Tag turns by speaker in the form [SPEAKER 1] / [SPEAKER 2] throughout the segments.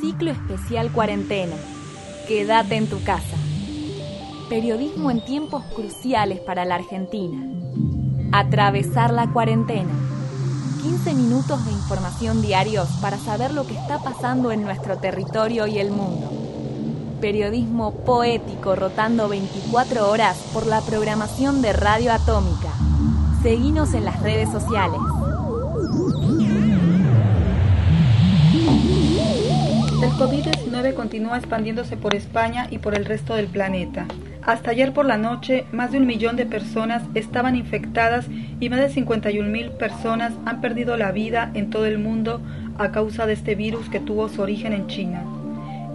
[SPEAKER 1] ciclo especial cuarentena. Quédate en tu casa. Periodismo en tiempos cruciales para la Argentina. Atravesar la cuarentena. 15 minutos de información diarios para saber lo que está pasando en nuestro territorio y el mundo. Periodismo poético rotando 24 horas por la programación de Radio Atómica. Seguinos en las redes sociales.
[SPEAKER 2] El COVID-19 continúa expandiéndose por España y por el resto del planeta. Hasta ayer por la noche, más de un millón de personas estaban infectadas y más de 51.000 personas han perdido la vida en todo el mundo a causa de este virus que tuvo su origen en China.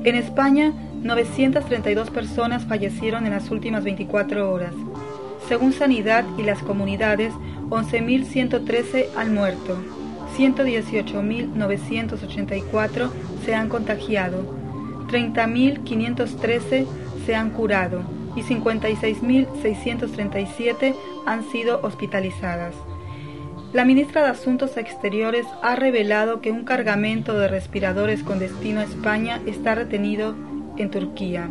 [SPEAKER 2] En España, 932 personas fallecieron en las últimas 24 horas. Según Sanidad y las comunidades, 11.113 han muerto. 118.984 se han contagiado, 30.513 se han curado y 56.637 han sido hospitalizadas. La ministra de Asuntos Exteriores ha revelado que un cargamento de respiradores con destino a España está retenido en Turquía.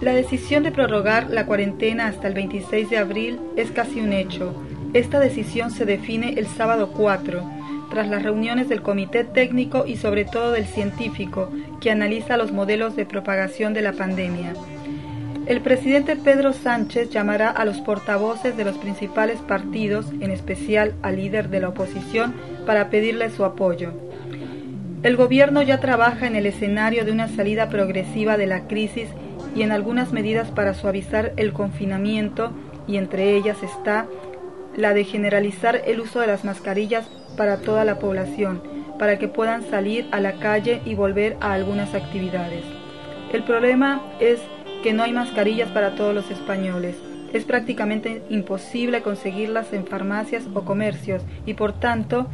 [SPEAKER 2] La decisión de prorrogar la cuarentena hasta el 26 de abril es casi un hecho, esta decisión se define el sábado 4, tras las reuniones del Comité Técnico y sobre todo del científico, que analiza los modelos de propagación de la pandemia. El presidente Pedro Sánchez llamará a los portavoces de los principales partidos, en especial al líder de la oposición, para pedirle su apoyo. El gobierno ya trabaja en el escenario de una salida progresiva de la crisis y en algunas medidas para suavizar el confinamiento, y entre ellas está la de generalizar el uso de las mascarillas para toda la población, para que puedan salir a la calle y volver a algunas actividades. El problema es que no hay mascarillas para todos los españoles. Es prácticamente imposible conseguirlas en farmacias o comercios y por tanto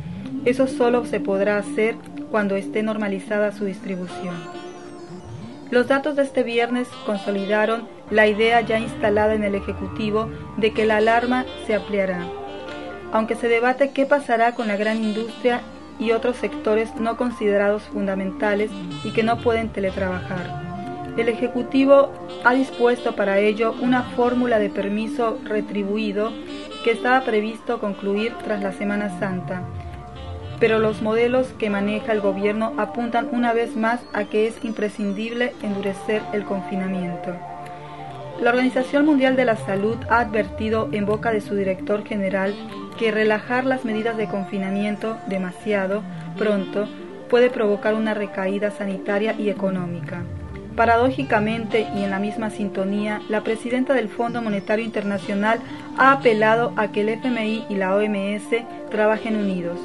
[SPEAKER 2] eso solo se podrá hacer cuando esté normalizada su distribución. Los datos de este viernes consolidaron la idea ya instalada en el Ejecutivo de que la alarma se ampliará. Aunque se debate qué pasará con la gran industria y otros sectores no considerados fundamentales y que no pueden teletrabajar. El Ejecutivo ha dispuesto para ello una fórmula de permiso retribuido que estaba previsto concluir tras la Semana Santa, pero los modelos que maneja el gobierno apuntan una vez más a que es imprescindible endurecer el confinamiento. La Organización Mundial de la Salud ha advertido en boca de su director general que relajar las medidas de confinamiento demasiado pronto puede provocar una recaída sanitaria y económica. Paradójicamente y en la misma sintonía, la presidenta del Fondo Monetario Internacional ha apelado a que el FMI y la OMS trabajen unidos.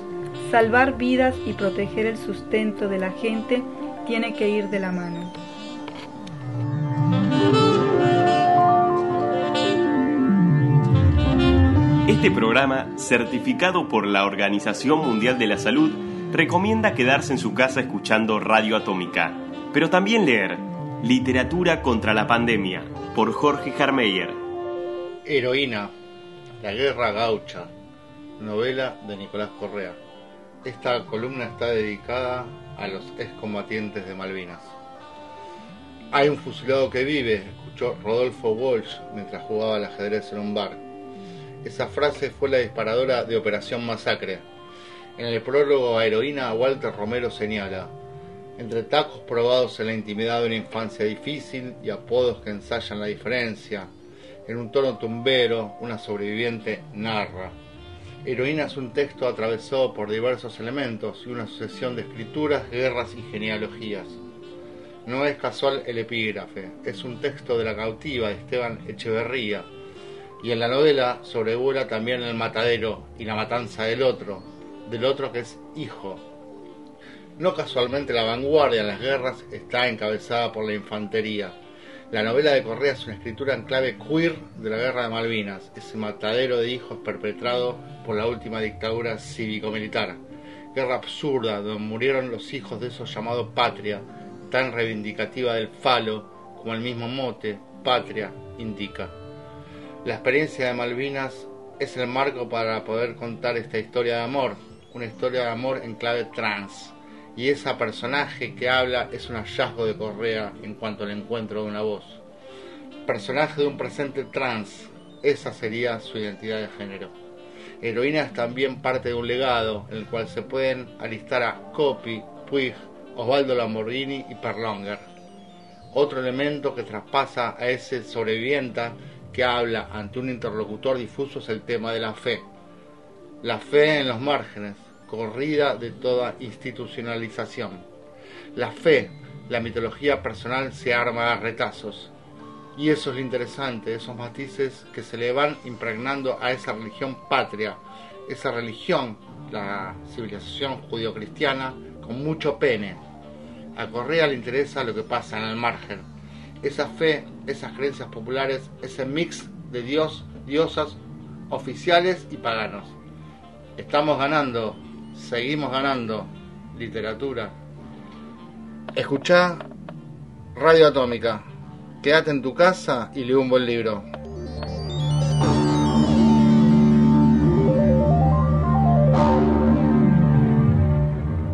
[SPEAKER 2] Salvar vidas y proteger el sustento de la gente tiene que ir de la mano.
[SPEAKER 3] Este programa, certificado por la Organización Mundial de la Salud, recomienda quedarse en su casa escuchando Radio Atómica, pero también leer Literatura contra la Pandemia, por Jorge Harmeyer.
[SPEAKER 4] Heroína, La Guerra Gaucha, novela de Nicolás Correa. Esta columna está dedicada a los excombatientes de Malvinas. Hay un fusilado que vive, escuchó Rodolfo Walsh mientras jugaba al ajedrez en un bar. Esa frase fue la disparadora de Operación Masacre. En el prólogo a Heroína, Walter Romero señala, entre tacos probados en la intimidad de una infancia difícil y apodos que ensayan la diferencia, en un tono tumbero, una sobreviviente narra. Heroína es un texto atravesado por diversos elementos y una sucesión de escrituras, guerras y genealogías. No es casual el epígrafe, es un texto de la cautiva de Esteban Echeverría, y en la novela sobrevuela también el matadero y la matanza del otro, del otro que es hijo. No casualmente la vanguardia en las guerras está encabezada por la infantería. La novela de Correa es una escritura en clave queer de la guerra de Malvinas, ese matadero de hijos perpetrado por la última dictadura cívico-militar. Guerra absurda donde murieron los hijos de esos llamados patria, tan reivindicativa del falo como el mismo mote, patria, indica. La experiencia de Malvinas es el marco para poder contar esta historia de amor, una historia de amor en clave trans, y ese personaje que habla es un hallazgo de Correa en cuanto al encuentro de una voz. Personaje de un presente trans, esa sería su identidad de género. Heroína es también parte de un legado en el cual se pueden alistar a Copy, Puig, Osvaldo Lamborghini y Perlonger. Otro elemento que traspasa a ese sobrevivienta que habla ante un interlocutor difuso es el tema de la fe. La fe en los márgenes, corrida de toda institucionalización. La fe, la mitología personal se arma a retazos. Y eso es lo interesante, esos matices que se le van impregnando a esa religión patria, esa religión, la civilización judio-cristiana, con mucho pene. A Correa le interesa lo que pasa en el margen. Esa fe, esas creencias populares, ese mix de dios, diosas, oficiales y paganos. Estamos ganando, seguimos ganando literatura. Escuchá Radio Atómica. Quédate en tu casa y lee un buen libro.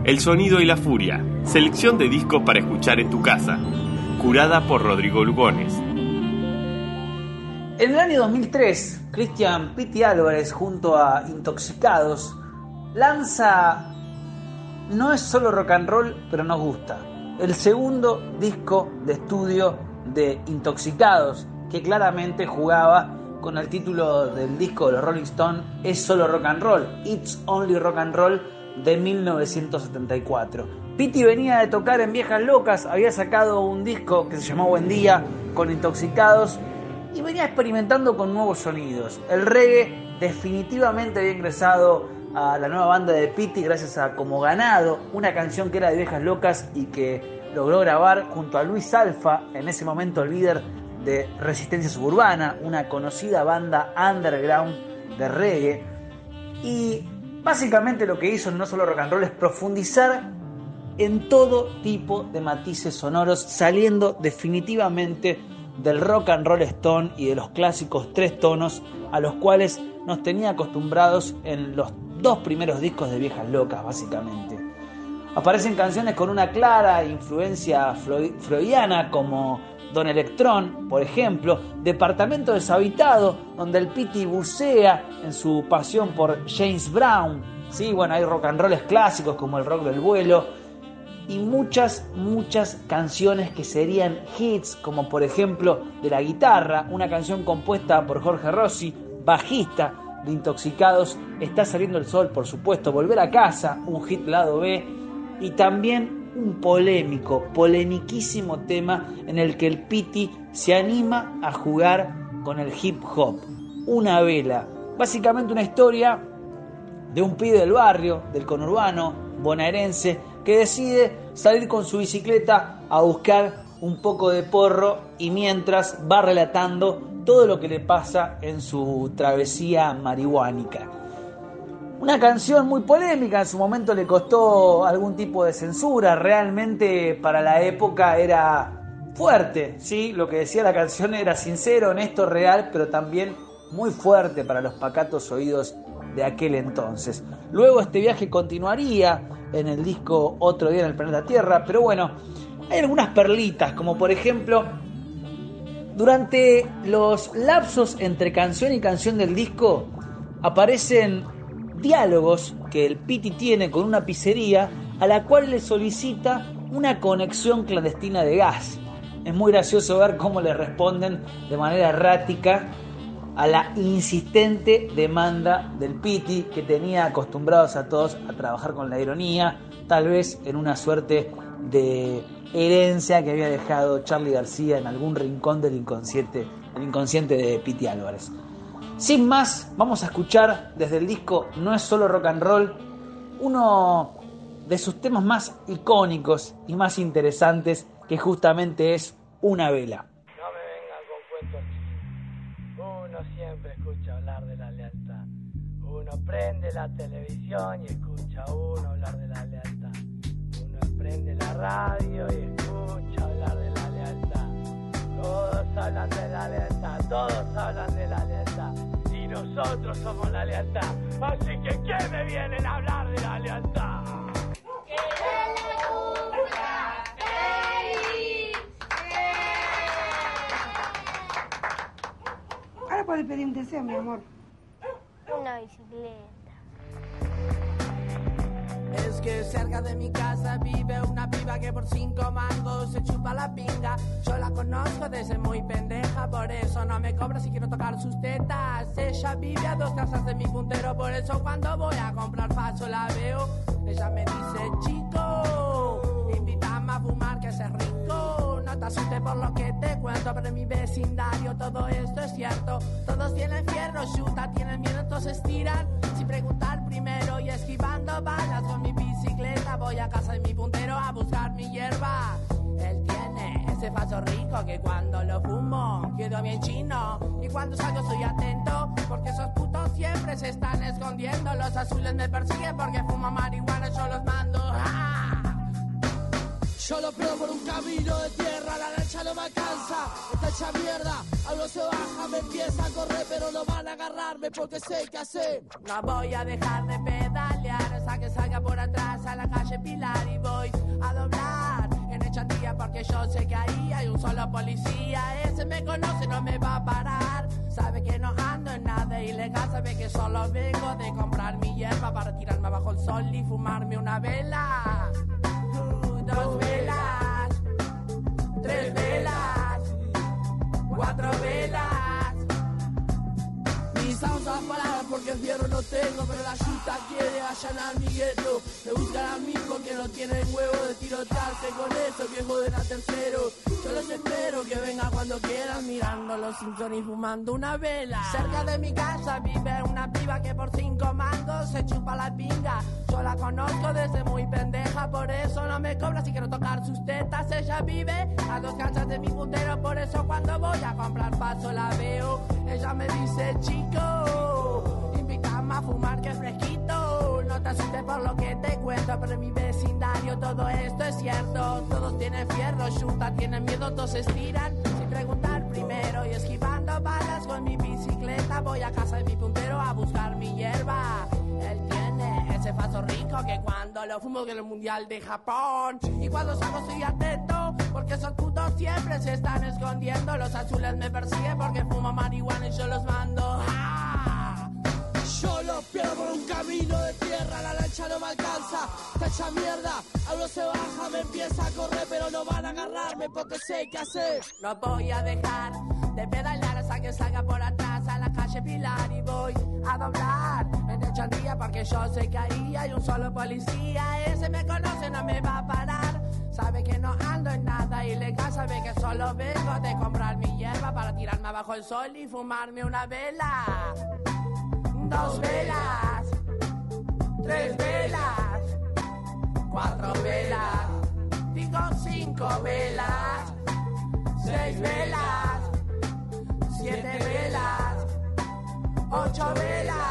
[SPEAKER 3] El sonido y la furia. Selección de discos para escuchar en tu casa. Curada por Rodrigo Lugones.
[SPEAKER 5] En el año 2003, Cristian Pitti Álvarez junto a Intoxicados lanza No es solo rock and roll, pero nos gusta. El segundo disco de estudio de Intoxicados, que claramente jugaba con el título del disco de los Rolling Stones, Es solo rock and roll, It's Only Rock and Roll de 1974. Pitti venía de tocar en Viejas Locas, había sacado un disco que se llamó Buen Día con Intoxicados y venía experimentando con nuevos sonidos. El reggae definitivamente había ingresado a la nueva banda de Pitti gracias a Como Ganado, una canción que era de Viejas Locas y que logró grabar junto a Luis Alfa, en ese momento el líder de Resistencia Suburbana, una conocida banda underground de reggae. Y básicamente lo que hizo en No Solo Rock and Roll es profundizar en todo tipo de matices sonoros, saliendo definitivamente del rock and roll stone y de los clásicos tres tonos a los cuales nos tenía acostumbrados en los dos primeros discos de Viejas Locas, básicamente. Aparecen canciones con una clara influencia freu- freudiana como Don Electrón, por ejemplo, Departamento Deshabitado, donde el Piti bucea en su pasión por James Brown. Sí, bueno, hay rock and rolls clásicos como el rock del vuelo y muchas, muchas canciones que serían hits, como por ejemplo De la guitarra, una canción compuesta por Jorge Rossi, bajista de Intoxicados, Está saliendo el sol, por supuesto, Volver a casa, un hit lado B, y también un polémico, polemiquísimo tema en el que el Piti se anima a jugar con el hip hop, una vela, básicamente una historia de un pibe del barrio, del conurbano bonaerense, que decide salir con su bicicleta a buscar un poco de porro y mientras va relatando todo lo que le pasa en su travesía marihuánica. Una canción muy polémica, en su momento le costó algún tipo de censura, realmente para la época era fuerte, ¿sí? Lo que decía la canción era sincero, honesto, real, pero también muy fuerte para los pacatos oídos de aquel entonces. Luego este viaje continuaría en el disco Otro día en el planeta Tierra, pero bueno, hay algunas perlitas, como por ejemplo, durante los lapsos entre canción y canción del disco aparecen diálogos que el Piti tiene con una pizzería a la cual le solicita una conexión clandestina de gas. Es muy gracioso ver cómo le responden de manera errática a la insistente demanda del Piti que tenía acostumbrados a todos a trabajar con la ironía, tal vez en una suerte de herencia que había dejado Charlie García en algún rincón del inconsciente, del inconsciente de Piti Álvarez. Sin más, vamos a escuchar desde el disco No es solo rock and roll, uno de sus temas más icónicos y más interesantes, que justamente es Una vela.
[SPEAKER 6] No me vengan con cuentos chicos. Uno siempre escucha hablar de la lealtad. Uno prende la televisión y escucha a uno hablar de la lealtad. Uno prende la radio y escucha hablar de la lealtad. Todos hablan de la lealtad, todos hablan de la lealtad. Y nosotros somos la lealtad. Así que, ¿qué me vienen a hablar de la lealtad?
[SPEAKER 7] Que la ahora puedes pedir un deseo, mi amor.
[SPEAKER 8] Una bicicleta.
[SPEAKER 9] Es que cerca de mi casa vive una piba que por cinco mangos se chupa la pinga. Yo la conozco desde muy pendeja, por eso no me cobra si quiero tocar sus tetas. Ella vive a dos casas de mi puntero, por eso cuando voy a comprar paso la veo. Ella me dice, chico, invítame a fumar que es rico. No te asustes por lo que te cuento, pero en mi vecindario todo esto es cierto. Todos tienen fierro, chuta, tienen miedo, entonces tiran. Sin preguntar primero y esquivando balas con mi bicicleta, voy a casa de mi puntero a buscar mi hierba. Él tiene ese falso rico que cuando lo fumo quedo bien chino. Y cuando salgo soy atento, porque esos putos siempre se están escondiendo. Los azules me persiguen porque fumo marihuana, yo los mando. ¡Ah! Yo lo pruebo por un camino de tierra, la lancha no me alcanza, está hecha mierda, algo se baja, me empieza a correr, pero no van a agarrarme porque sé qué hacer. No voy a dejar de pedalear, hasta que salga por atrás a la calle Pilar y voy a doblar en Echandía porque yo sé que ahí hay un solo policía, ese me conoce, no me va a parar, sabe que no ando en nada ilegal, sabe que solo vengo de comprar mi hierba para tirarme bajo el sol y fumarme una vela dos velas, tres velas, cuatro velas. Mis a parar porque el fierro no tengo, pero la yuta quiere allanar mi gueto. Me buscan a mí porque no tienen huevo de tirotarse con eso, viejo de la tercero. Yo los espero que venga cuando quieran, mirando los Simpsons y fumando una vela. Cerca de mi casa vive una piba que por cinco mangos se chupa la pinga. Yo la conozco desde muy pendeja, por eso no me cobra si quiero tocar sus tetas. Ella vive a dos casas de mi putero, por eso cuando voy a comprar paso la veo. Ella me dice, chico, invítame a fumar que es fresquito. No te asustes por lo que te cuento, pero en mi vecindario todo esto es cierto. Todos tienen fierro, chuta, tienen miedo, todos se estiran. Sin preguntar primero y esquivando balas con mi bicicleta, voy a casa de mi puntero a buscar mi hierba. Él tiene ese faso rico que cuando lo fumo que el mundial de Japón. Y cuando salgo estoy atento, porque esos putos siempre se están escondiendo. Los azules me persiguen porque fumo marihuana y yo los mando. ¡Ah! Yo lo pierdo por un camino de tierra, la lancha no me alcanza, está hecha mierda, algo se baja, me empieza a correr, pero no van a agarrarme porque sé qué hacer. No voy a dejar de pedalar hasta que salga por atrás a la calle Pilar y voy a doblar en el chandía porque yo sé que ahí hay un solo policía, ese me conoce, no me va a parar. Sabe que no ando en nada ilegal, sabe que solo vengo de comprar mi hierba para tirarme bajo el sol y fumarme una vela dos velas, tres velas, cuatro velas, digo cinco velas, seis velas, siete velas, ocho velas.